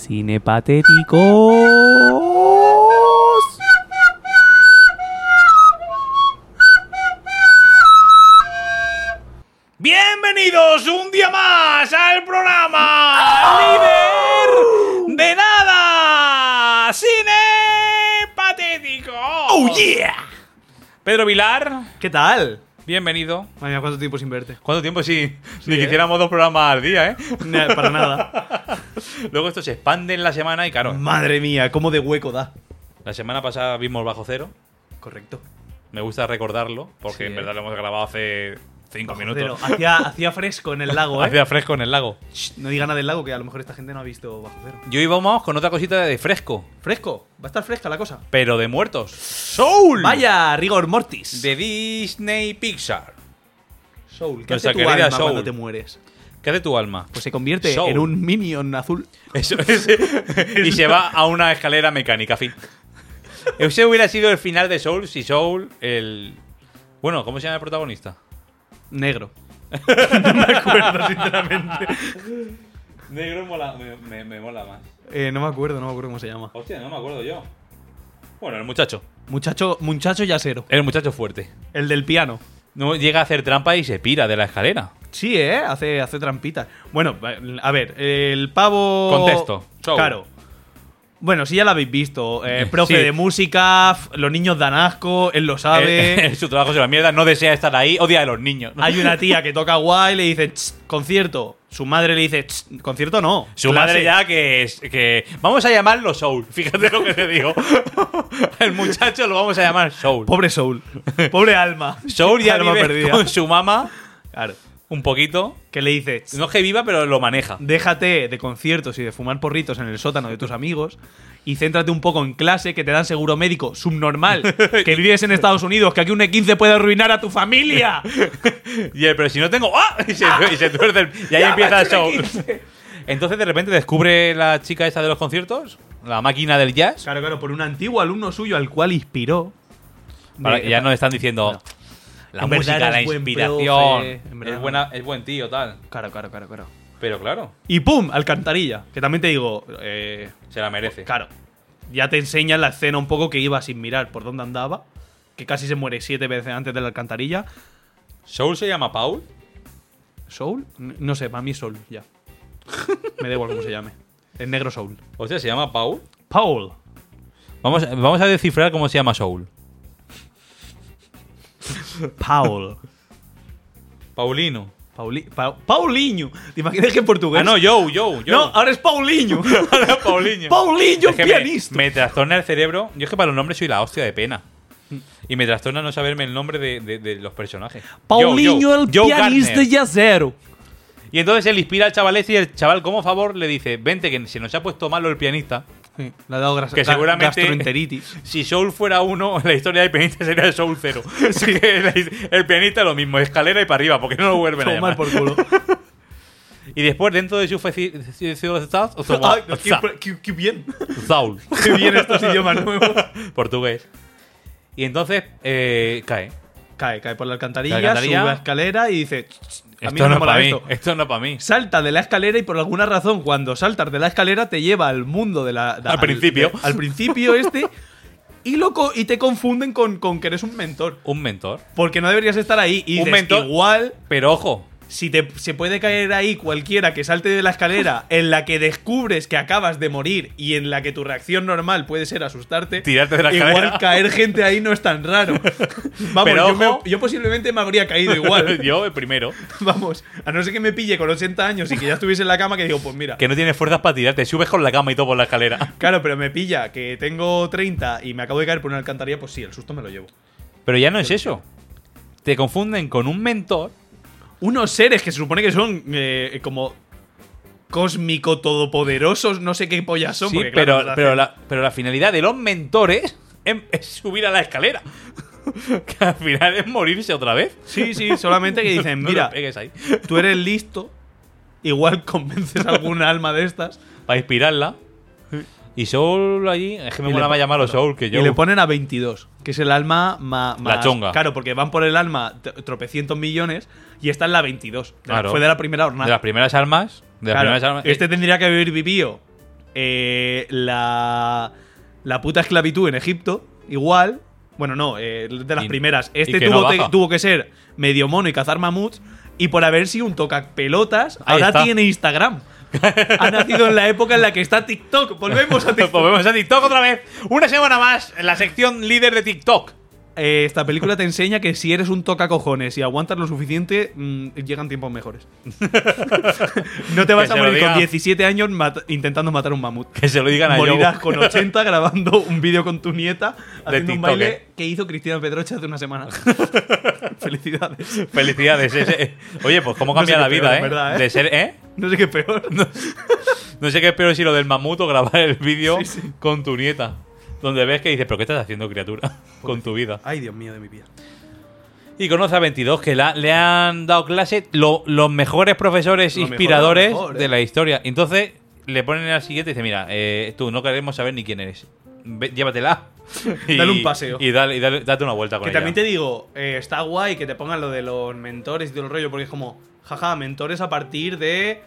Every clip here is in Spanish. cine patéticos. Bienvenidos un día más al programa líder de nada, cine patético. ¡Oh, yeah! Pedro Vilar, ¿Qué tal? bienvenido. Madre mía, cuánto tiempo sin verte. ¿Cuánto tiempo sí? Ni ¿eh? que hiciéramos dos programas al día, ¿eh? Na- para nada. Luego esto se expande en la semana y claro, Madre mía, cómo de hueco da. la semana pasada vimos Bajo Cero. Correcto. Me gusta recordarlo porque Sí, en ¿eh? verdad lo hemos grabado hace cinco Pero minutos. hacía, hacía fresco en el lago, ¿eh? Hacía fresco en el lago. Shh, no diga nada del lago, que a lo mejor esta gente no ha visto bajo cero. Yo íbamos con otra cosita de fresco, Fresco, va a estar fresca la cosa. pero de muertos. ¡Soul! Vaya, rigor mortis. De Disney Pixar. Soul, ¿qué Nuestra hace tu querida alma Soul. cuando te mueres? ¿Qué hace tu alma? Pues se convierte Soul. en un minion azul. Eso es. y se va a una escalera mecánica, fin. Ese hubiera sido el final de Soul si Soul, el. Bueno, ¿cómo se llama el protagonista? Negro. Negro me, mola más. Eh, no me acuerdo, no me acuerdo cómo se llama. Hostia, no me acuerdo yo. Bueno, el muchacho. Muchacho, muchacho yacero. El muchacho fuerte. El del piano. No llega a hacer trampa y se pira de la escalera. Sí, ¿eh? Hace, hace trampitas. Bueno, a ver, el pavo... Contexto, show. Claro. Bueno, si ya lo habéis visto. eh, profe Sí. de música, f- los niños dan asco, él lo sabe. Su trabajo es una mierda, no desea estar ahí, odia a los niños. Hay una tía que toca guay, le dice, "Tss, concierto. Su madre le dice, "Tss, concierto no. Su clase". madre ya que es. Que vamos a llamarlo Soul. Fíjate lo que te digo. el muchacho lo vamos a llamar Soul. Pobre Soul. Pobre alma. Soul ya alma vive perdida. con su mamá Claro. un poquito. Que le dice, "Tss, No es que viva, pero lo maneja. déjate de conciertos y de fumar porritos en el sótano de tus amigos y céntrate un poco en clase que te dan seguro médico subnormal, que vives en Estados Unidos, que aquí un E15 puede arruinar a tu familia. Y él, pero si no tengo. ¡Ah! Y se, y se tuerce. el- Y ahí Ya, empieza macho, Soul. me Entonces de repente descubre la chica esta de los conciertos, la máquina del jazz. Claro, claro, por un antiguo alumno suyo al cual inspiró. Para- De- ya nos están diciendo. No. La En verdad música, la eres buen inspiración. profe, en verdad. es, buena, es buen tío, tal. Claro, claro, claro, claro. Pero claro, Y ¡pum! Alcantarilla. Que también te digo, eh, se la merece. claro, ya te enseñan la escena un poco que iba sin mirar por dónde andaba, que casi se muere siete veces antes de la alcantarilla. Soul se llama Paul. ¿Soul? N- No sé, para mí es Soul, ya. Me da igual cómo se llame. El negro Soul. O sea, se llama Paul. Paul. Vamos, vamos a descifrar cómo se llama Soul. Paul. Paulino. Pauli Pa- Paulinho. ¿Te imaginas que en portugués? Ah, no, yo, yo, yo. No, ahora es Paulinho. Ahora Paulinho. Paulinho, Es que me- pianista. Me, trastorna el cerebro. Yo es que para los nombres soy la hostia de pena. Y me trastorna no saberme el nombre de, de- de los personajes. Paulinho, Yo, yo, el Joe pianista Garner. yacero. Y entonces él inspira al chaval este y el chaval, como favor, le dice: Vente, que se nos ha puesto malo el pianista. Sí, le ha dado gas- Que ga- seguramente- gastroenteritis. Si Soul fuera uno, la historia del pianista sería el Soul cero. el, el pianista lo mismo, escalera y para arriba, porque no lo vuelven a llamar. Tomar por culo. Y después, dentro de su felicidad, Ay, qué, qué- qué bien. Soul. Qué bien estos idiomas nuevos. portugués. Y entonces eh, cae. Cae, cae por la alcantarilla, La alcantarilla. sube la escalera y dice... A mí Esto no, me es mola para mí. esto. Esto no es para mí. salta de la escalera y por alguna razón cuando saltas de la escalera te lleva al mundo de la de- Al principio. de- al principio este y loco y te confunden con, con que eres un mentor Un mentor. porque no deberías estar ahí y Un dices, mentor. igual Pero ojo, si te se puede caer ahí cualquiera que salte de la escalera en la que descubres que acabas de morir y en la que tu reacción normal puede ser asustarte Tirarte de la igual escalera. caer gente ahí no es tan raro vamos Pero yo, me- ojo. yo posiblemente me habría caído igual yo el primero, Vamos, a no ser que me pille con 80 años y que ya estuviese en la cama, que digo, pues mira. que no tienes fuerzas para tirarte, subes con la cama y todo por la escalera. Claro, pero me pilla que tengo 30 y me acabo de caer por una alcantarilla, pues sí, el susto me lo llevo. Pero ya no es eso. Te confunden con un mentor. Unos seres que se supone que son eh, como cósmico todopoderosos, no sé qué pollas son. sí, porque, claro, pero, nos hacen- pero, la, pero la finalidad de los mentores es, es subir a la escalera. que al final es morirse otra vez. Sí, sí, solamente que dicen, No mira, le pegues ahí. tú eres listo, igual convences a alguna alma de estas. Para inspirarla. Y Soul allí. Es que me Y le mola más pon- llamarlo Soul que yo. Y le ponen a 22, que es el alma ma- más. La chonga. Claro, porque van por el alma t- tropecientos millones y esta es la 22. de la- Claro. Fue de la primera de jornada. las primeras armas. De las Claro, primeras armas. Este tendría que haber vivido eh, la, la puta esclavitud en Egipto, igual. Bueno, no, eh, de las Y- primeras. y Este que no tuvo, te- baja. tuvo que ser medio mono y cazar mamuts. Y por haber sido un tocapelotas, Ahí ahora está. tiene Instagram. Ha nacido en la época en la que está TikTok. Volvemos a TikTok. Volvemos a TikTok otra vez. Una semana más en la sección líder de TikTok. Eh, esta película te enseña que si eres un toca cojones y aguantas lo suficiente, mm, llegan tiempos mejores. no te vas Que se a lo morir con diga. 17 años mat- intentando matar un mamut. Que se lo digan a Morirás Yogo. con 80 grabando un vídeo con tu nieta haciendo un TikTok, baile ¿eh? que hizo Cristina Pedroche hace una semana. Felicidades. Felicidades. ese- Oye, pues cómo cambia No la sé qué vida, peor, ¿eh? ¿verdad, eh? De ser, ¿eh? No sé qué es peor. No sé qué es peor si lo del mamut o grabar el vídeo Sí, sí. con tu nieta. Donde ves que dices, ¿pero qué estás haciendo, criatura? con tu vida. Ay, Dios mío de mi vida. Y conoce a 22, que la- le han dado clase lo- los mejores profesores Lo mejor de lo inspiradores mejor, ¿eh? de la historia. Entonces le ponen al siguiente y dice, mira, eh, tú no queremos saber ni quién eres. Ve- llévatela. Y- Dale un paseo. Y, dale, y dale- date una vuelta con Que ella. también te digo, eh, está guay que te pongan lo de los mentores y todo el rollo, porque es como, jaja, mentores a partir de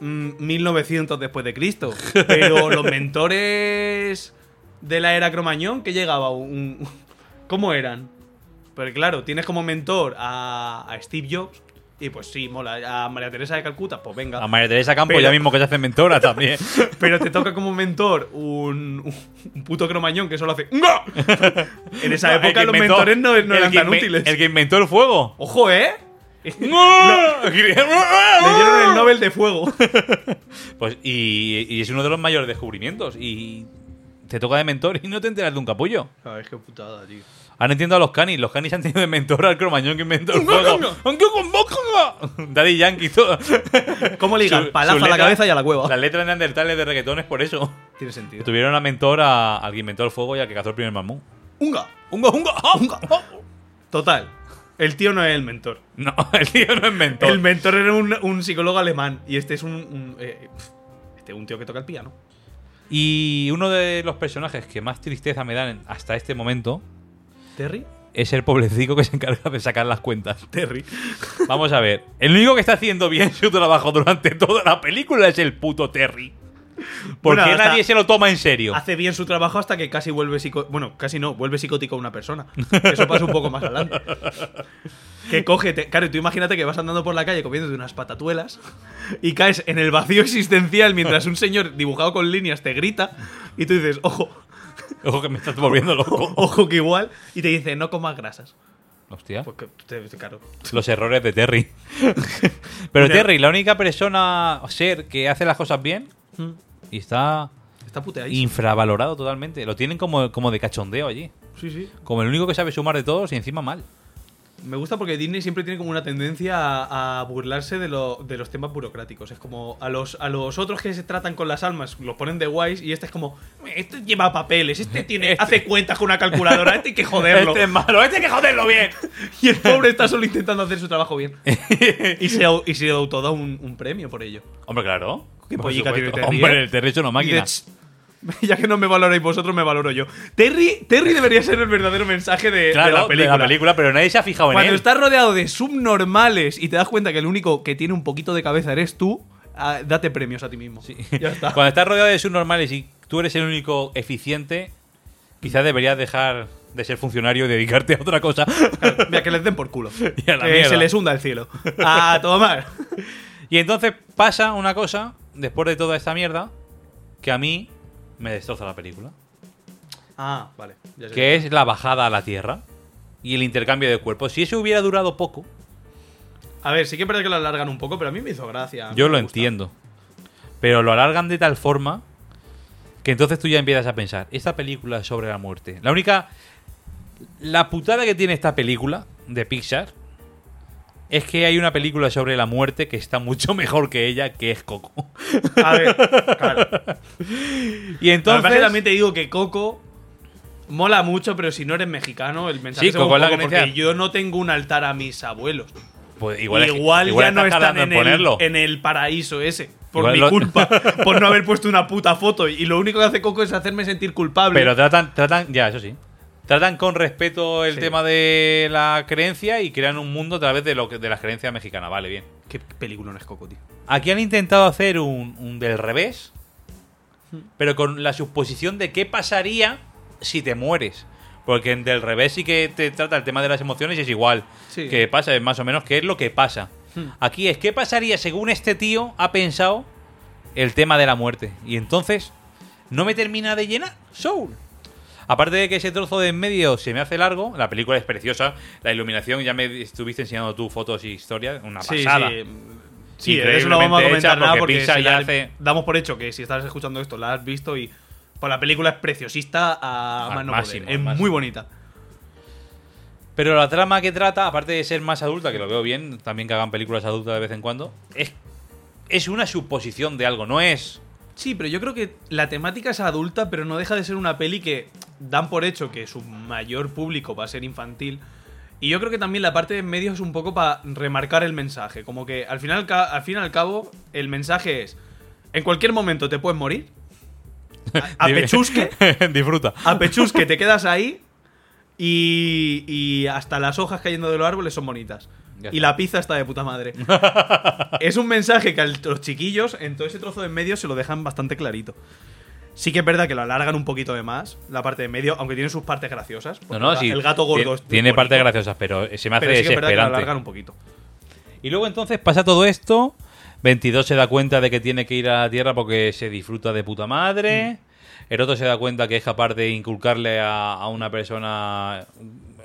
mm, 1900 después de Cristo. Pero los mentores de la era cromañón, que llegaba un... ¿Cómo eran? Pero claro, tienes como mentor a, a Steve Jobs, y pues sí, mola, a María Teresa de Calcuta, pues venga. A María Teresa Campo Pero- ya mismo que se hace mentora también. Pero te toca como mentor un, un puto cromañón que solo hace... "Nga". En esa No, el época que los inventó- mentores no, no el eran que tan inven- útiles. El que inventó el fuego. ¡Ojo, eh! Le Le dieron el dieron Nobel de Fuego. Pues, y, y es uno de los mayores descubrimientos. Y te toca de mentor y no te enteras de un capullo. Sabes qué putada, tío. Han Ah, entiendo a los canis. Los canis han tenido de mentor al cromañón que inventó el fuego. ¡Aunque con boca! Daddy Yankee y todo. ¿Cómo Su- ligar? Palazo sus a la letras- cabeza y a la cueva. Las letras neandertales de reggaetones por eso. Tiene Que sentido. tuvieron a mentor a, al que inventó el fuego y al que cazó el primer mamut. ¡Unga! ¡Oh! ¡Unga, unga! ah, unga, ah! Total. El tío no es el mentor. No, el tío no es mentor. El mentor era un, un psicólogo alemán. Y este es un. un, eh, este es un tío que toca el piano. Y uno de los personajes que más tristeza me dan hasta este momento ¿Terry? es el pobrecito que se encarga de sacar las cuentas. Terry. Vamos a ver. El único que está haciendo bien su trabajo durante toda la película es el puto Terry. Porque Bueno, hasta- nadie se lo toma en serio. Hace bien su trabajo hasta que casi vuelve psicótico. Bueno, casi no, vuelve psicótico una persona. Eso pasa un poco más adelante. Que coge. te- Claro, tú imagínate que vas andando por la calle comiéndote unas patatuelas y caes en el vacío existencial mientras un señor dibujado con líneas te grita y tú dices, ojo, Ojo que me estás volviendo loco. ojo que igual, y te dice, no comas grasas. Hostia. Porque, te- te- claro. Los errores de Terry. Pero Mira. Terry, la única persona o ser que hace las cosas bien y está Está puteadísimo. infravalorado totalmente. Lo tienen como, como de cachondeo allí. Sí, sí. Como el único que sabe sumar de todos y encima mal. Me gusta porque Disney siempre tiene como una tendencia a, a burlarse de, lo- de los temas burocráticos. Es como a los, a los otros que se tratan con las almas los ponen de guays y este es como, este lleva papeles, este, tiene, Este- hace cuentas con una calculadora, este hay que joderlo. Este es malo, este hay que joderlo bien. Y el pobre está solo intentando hacer su trabajo bien. y, se, au- y se autoda un, un premio por ello. Hombre, claro. Qué Por pollica tiene supuesto. Terry, ¿eh? Hombre, el Terry es una Y de, máquina. "Ch, ya que no me valoráis vosotros, me valoro yo. Terry, Terry debería ser el verdadero mensaje de, de Claro, la película. pero nadie se ha fijado en Cuando él. estás rodeado de subnormales y te das cuenta que el único que tiene un poquito de cabeza eres tú, ah, date premios a ti mismo. Ya está. Cuando estás rodeado de subnormales y tú eres el único eficiente, quizás deberías dejar de ser funcionario y dedicarte a otra cosa. Claro, Mira, que les den por culo. Y a la Que mierda. se les hunda el cielo. A tomar. Y entonces pasa una cosa, después de toda esta mierda, que a mí me destroza la película. Ah, vale. ya sé. Que es la bajada a la tierra y el intercambio de cuerpos. Si eso hubiera durado poco, A ver, sí que es verdad que lo alargan un poco, pero a mí me hizo gracia. yo me lo gusta. entiendo. Pero lo alargan de tal forma que entonces tú ya empiezas a pensar, esta película es sobre la muerte. La única... La putada que tiene esta película de Pixar es que hay una película sobre la muerte que está mucho mejor que ella, que es Coco. A ver, claro. Y Entonces, entonces... también te digo que Coco mola mucho, pero si no eres mexicano, el mensaje Sí, se va un Coco es la poco que porque decía. yo no tengo un altar a mis abuelos. Pues Igual, es que- igual ya no están tardando en, el, ponerlo. en el paraíso ese. Igual Por mi lo- culpa. por no haber puesto una puta foto. Y lo único que hace Coco es hacerme sentir culpable. Pero tratan, tratan, ya, eso sí. Tratan con respeto el Sí. tema de la creencia y crean un mundo a través de, lo que, de las creencias mexicanas. Vale, bien. ¿Qué película no es Coco, tío? Aquí han intentado hacer un, un del revés, Hmm. pero con la suposición de qué pasaría si te mueres. Porque en del revés sí que te trata el tema de las emociones y es igual. Sí. Que pasa, es más o menos qué es lo que pasa. Hmm. Aquí es qué pasaría según este tío ha pensado el tema de la muerte. Y entonces no me termina de llenar Soul. Aparte de que ese trozo de en medio se me hace largo, la película es preciosa, la iluminación, ya me estuviste enseñando tú fotos y historias, una Sí, pasada. sí. Sí, de eso no vamos a Increíblemente comentar hecha, nada porque porque Pixar si ya la- hace- damos por hecho que si estás escuchando esto la has visto y pues la película es preciosista a Al más no máximo, poder. al Es máximo. muy bonita. Pero la trama que trata, aparte de ser más adulta, que lo veo bien, también que hagan películas adultas de vez en cuando, es, es una suposición de algo, no es. Sí, pero yo creo que la temática es adulta, pero no deja de ser una peli que dan por hecho que su mayor público va a ser infantil. Y yo creo que también la parte de en medio es un poco para remarcar el mensaje. Como que al final, ca- al fin y al cabo, el mensaje es: en cualquier momento te puedes morir. A, a Dime. pechusque. Disfruta. A pechusque te quedas ahí. Y, y hasta las hojas cayendo de los árboles son bonitas. Ya Y está. la pizza está de puta madre. es un mensaje que a los chiquillos en todo ese trozo de en medio se lo dejan bastante clarito. Sí que es verdad que lo alargan un poquito de más, la parte de en medio, aunque tiene sus partes graciosas. No, porque no, la- sí, el gato gordo tiene- es muy Tiene bonito, partes graciosas, pero se me hace Pero sí que es verdad que lo desesperante. alargan un poquito. Y luego entonces pasa todo esto. 22 se da cuenta de que tiene que ir a la Tierra porque se disfruta de puta madre. Mm. El otro se da cuenta que es capaz de inculcarle a, a una persona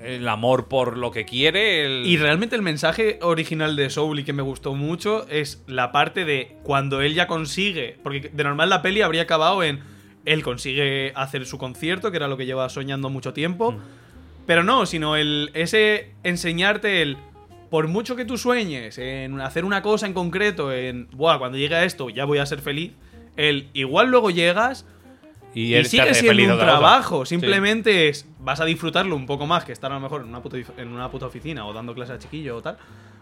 el amor por lo que quiere. el- Y realmente el mensaje original de Soul y que me gustó mucho es la parte de cuando él ya consigue, porque de normal la peli habría acabado en él consigue hacer su concierto, que era lo que lleva soñando mucho tiempo, pero no, sino el ese enseñarte el por mucho que tú sueñes en hacer una cosa en concreto, en buah, cuando llegue a esto ya voy a ser feliz, el igual luego llegas y y, él se sigue hace siendo feliz un otra cosa. trabajo, Sí. simplemente es vas a disfrutarlo un poco más que estar a lo mejor en una puta, en una puta oficina o dando clases a chiquillo o tal,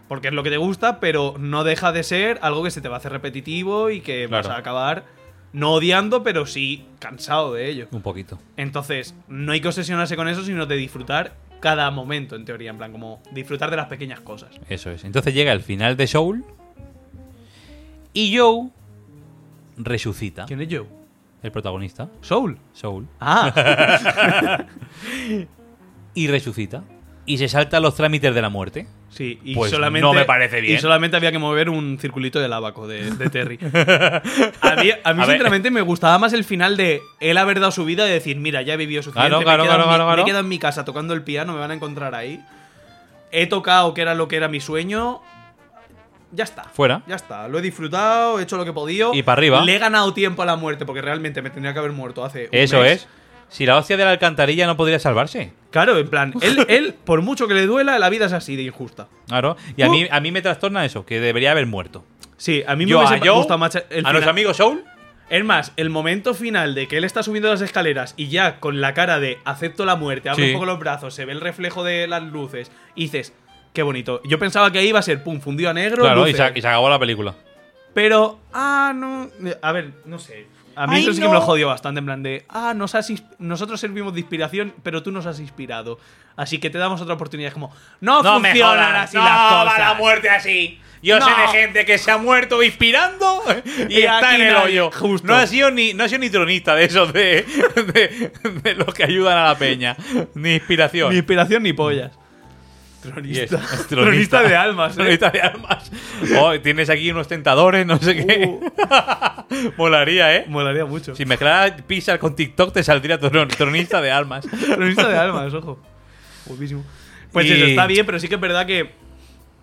porque es lo que te gusta, pero no deja de ser algo que se te va a hacer repetitivo y que vas Claro. a acabar no odiando, pero sí cansado de ello. Un poquito. Entonces, no hay que obsesionarse con eso, sino de disfrutar cada momento en teoría, en plan como disfrutar de las pequeñas cosas. Eso es. Entonces llega el final de Soul. Y Joe resucita. ¿Quién es Joe? El protagonista, Soul. Soul. Ah, Y resucita. Y se salta los trámites de la muerte. sí, y Pues solamente no me parece bien. Y solamente había que mover un circulito del abaco de, de Terry. A mí, a mí, A ver. sinceramente, me gustaba más el final de él haber dado su vida y decir, mira, ya he vivido suficiente, Claro, me, claro, he quedado en claro, mi- claro. me he quedado en mi casa tocando el piano, me van a encontrar ahí. He tocado que era lo que era mi sueño. Ya está. Fuera. Ya está. Lo he disfrutado, he hecho lo que he podido. Y pa' arriba. Le he ganado tiempo a la muerte, porque realmente me tendría que haber muerto hace. un Eso mes. es. Si la hostia de la alcantarilla no podría salvarse. Claro, en plan, él, él, por mucho que le duela, la vida es así de injusta. Claro. Y a Uh. mí, a mí me trastorna eso, que debería haber muerto. Sí, a mí me Yo a hubiese Joe, gustado más el a nuestro final. amigo Soul. Es más, el momento final de que él está subiendo las escaleras y ya con la cara de acepto la muerte, abre Sí. un poco los brazos, se ve el reflejo de las luces y dices, qué bonito. Yo pensaba que ahí iba a ser, pum, fundido a negro. Claro, y luces. se, y se acabó la película. Pero, ah, no. A ver, no sé. A mí Ay, eso sí que no. me lo jodió bastante, en plan de, ah, nos has ins- nosotros servimos de inspiración, pero tú nos has inspirado. Así que te damos otra oportunidad. Es como, no, funcionan así las cosas. muerte así. Yo No. gente que se ha muerto inspirando Y aquí nadie, justo. No ha sido ni, no ha sido ni tronista de esos de, de- de los que ayudan a la peña. Ni inspiración. Ni inspiración ni pollas. Y es- Tronista. es Tronista, de almas, eh. Tronista de almas. Oh, tienes aquí unos tentadores, no sé qué. Uh, Molaría, ¿eh? molaría mucho. Si mezclaras Pixar con TikTok te saldría tron- tronista de almas. Cronista de almas, ojo. Guapísimo. Pues Y- eso está bien, pero sí que es verdad que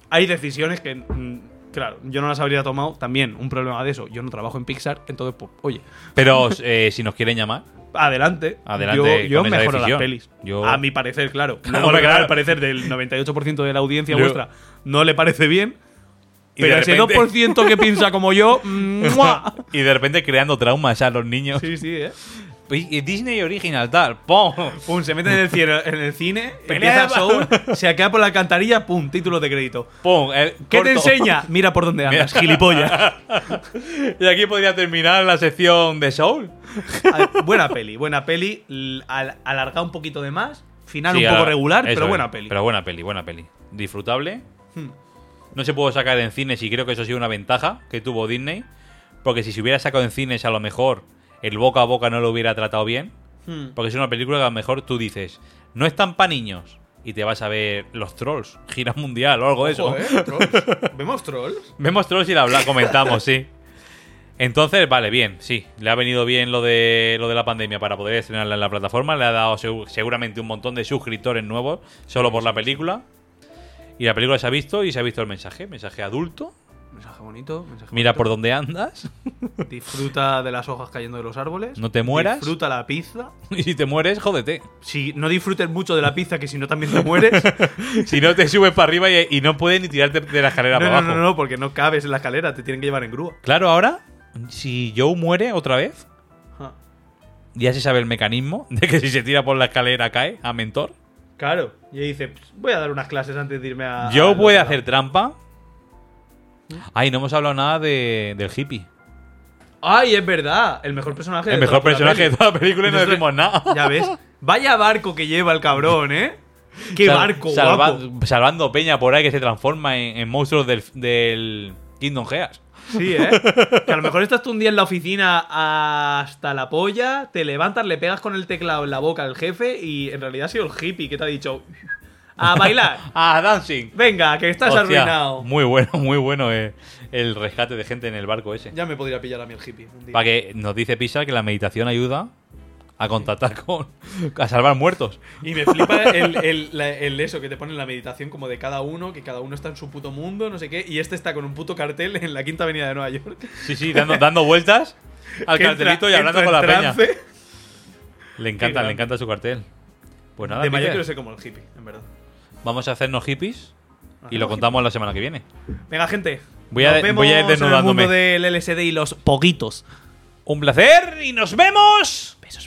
hay decisiones que, mm, claro, yo no las habría tomado. También un problema de eso. Yo no trabajo en Pixar, entonces, pues, oye, Pero eh, si nos quieren llamar, adelante. Adelante Yo, yo con esa mejoro las decisión. pelis. Yo- A mi parecer, claro. Claro, Luego, claro. Al parecer del 98% de la audiencia Yo- vuestra no le parece bien. Y Pero de ese repente- 2% que piensa como yo, ¡mua! y de repente creando traumas a los niños. Sí, sí, eh. Y- y Disney Original, tal. ¡Pum! Pum, se mete en el, cielo, en el cine, Pelea pelea de Soul, se acaba por la alcantarilla, pum, título de crédito. ¡Pum! El ¿Qué eh, corto. te enseña? Mira por dónde andas, gilipollas. Y aquí podría terminar la sección de Soul. A- buena peli, buena peli. l- al- alargada un poquito de más. Final Sí, un poco a- regular, eso pero es. buena peli. Hmm. Pero buena peli, buena peli. Disfrutable. No se pudo sacar en cines y creo que eso ha sido una ventaja que tuvo Disney. Porque si se hubiera sacado en cines, a lo mejor el boca a boca no lo hubiera tratado bien. Hmm. Porque es una película que a lo mejor tú dices, no están para niños. Y te vas a ver los trolls, gira mundial o algo de eso. Ojo, ¿eh? Trolls. ¿Vemos trolls? Vemos trolls y la habla- comentamos, sí. Entonces, vale, bien, sí. Le ha venido bien lo de lo de la pandemia para poder estrenarla en la plataforma. Le ha dado segu- seguramente un montón de suscriptores nuevos solo por la película. Y la película se ha visto y se ha visto el mensaje. Mensaje adulto. Mensaje bonito. mensaje Mira por bonito. dónde andas. Disfruta de las hojas cayendo de los árboles. No te mueras. Disfruta la pizza. Y si te mueres, jódete. Si no disfrutes mucho de la pizza, que si no también te mueres. Si no, te subes para arriba y, y no puedes ni tirarte de la escalera no, para no, abajo. no, no, porque no cabes en la escalera, te tienen que llevar en grúa. Claro, ahora, si Joe muere otra vez, Ah, ya se sabe el mecanismo de que si se tira por la escalera cae a mentor. Claro. Y ahí dice, "Pues, voy a dar unas clases antes de irme a... Joe al puede otro hacer lado". trampa. Ay, no hemos hablado nada de, del hippie. ¡Ay, es verdad! El mejor personaje El de mejor toda la personaje de peli. toda la película y no Nosotros- decimos nada. Ya ves. Vaya barco que lleva el cabrón, ¿eh? ¡Qué Sal- barco, salva- guapo! Salvando Peña por ahí que se transforma en, en monstruos del, del Kingdom Hearts. Sí, ¿eh? Que a lo mejor estás tú un día en la oficina hasta la polla, te levantas, le pegas con el teclado en la boca al jefe y en realidad ha sido el hippie que te ha dicho ¡A bailar! ¡Ah, Dancing! ¡Venga, que estás Hostia, arruinado! Muy bueno, muy bueno eh, el rescate de gente en el barco ese. Ya me podría pillar a mí el hippie un día. Para que nos dice Pisa que la meditación ayuda a contactar con. a salvar muertos. Y me flipa el, el- la- el eso que te pone en la meditación como de cada uno, que cada uno está en su puto mundo, no sé qué, y este está con un puto cartel en la quinta avenida de Nueva York. Sí, sí, dando, dando vueltas al Que entra- cartelito y hablando entra con la en peña. trance. Le encanta, grande. le encanta su cartel. Pues nada, de mayor Peter, quiero ser como el hippie, en verdad. vamos a hacernos hippies y Ajá. lo contamos la semana que viene. Venga, gente. Voy a nos de- vemos voy a ir en el desnudándome. mundo del LSD y los poquitos. Un placer y nos vemos. Besos.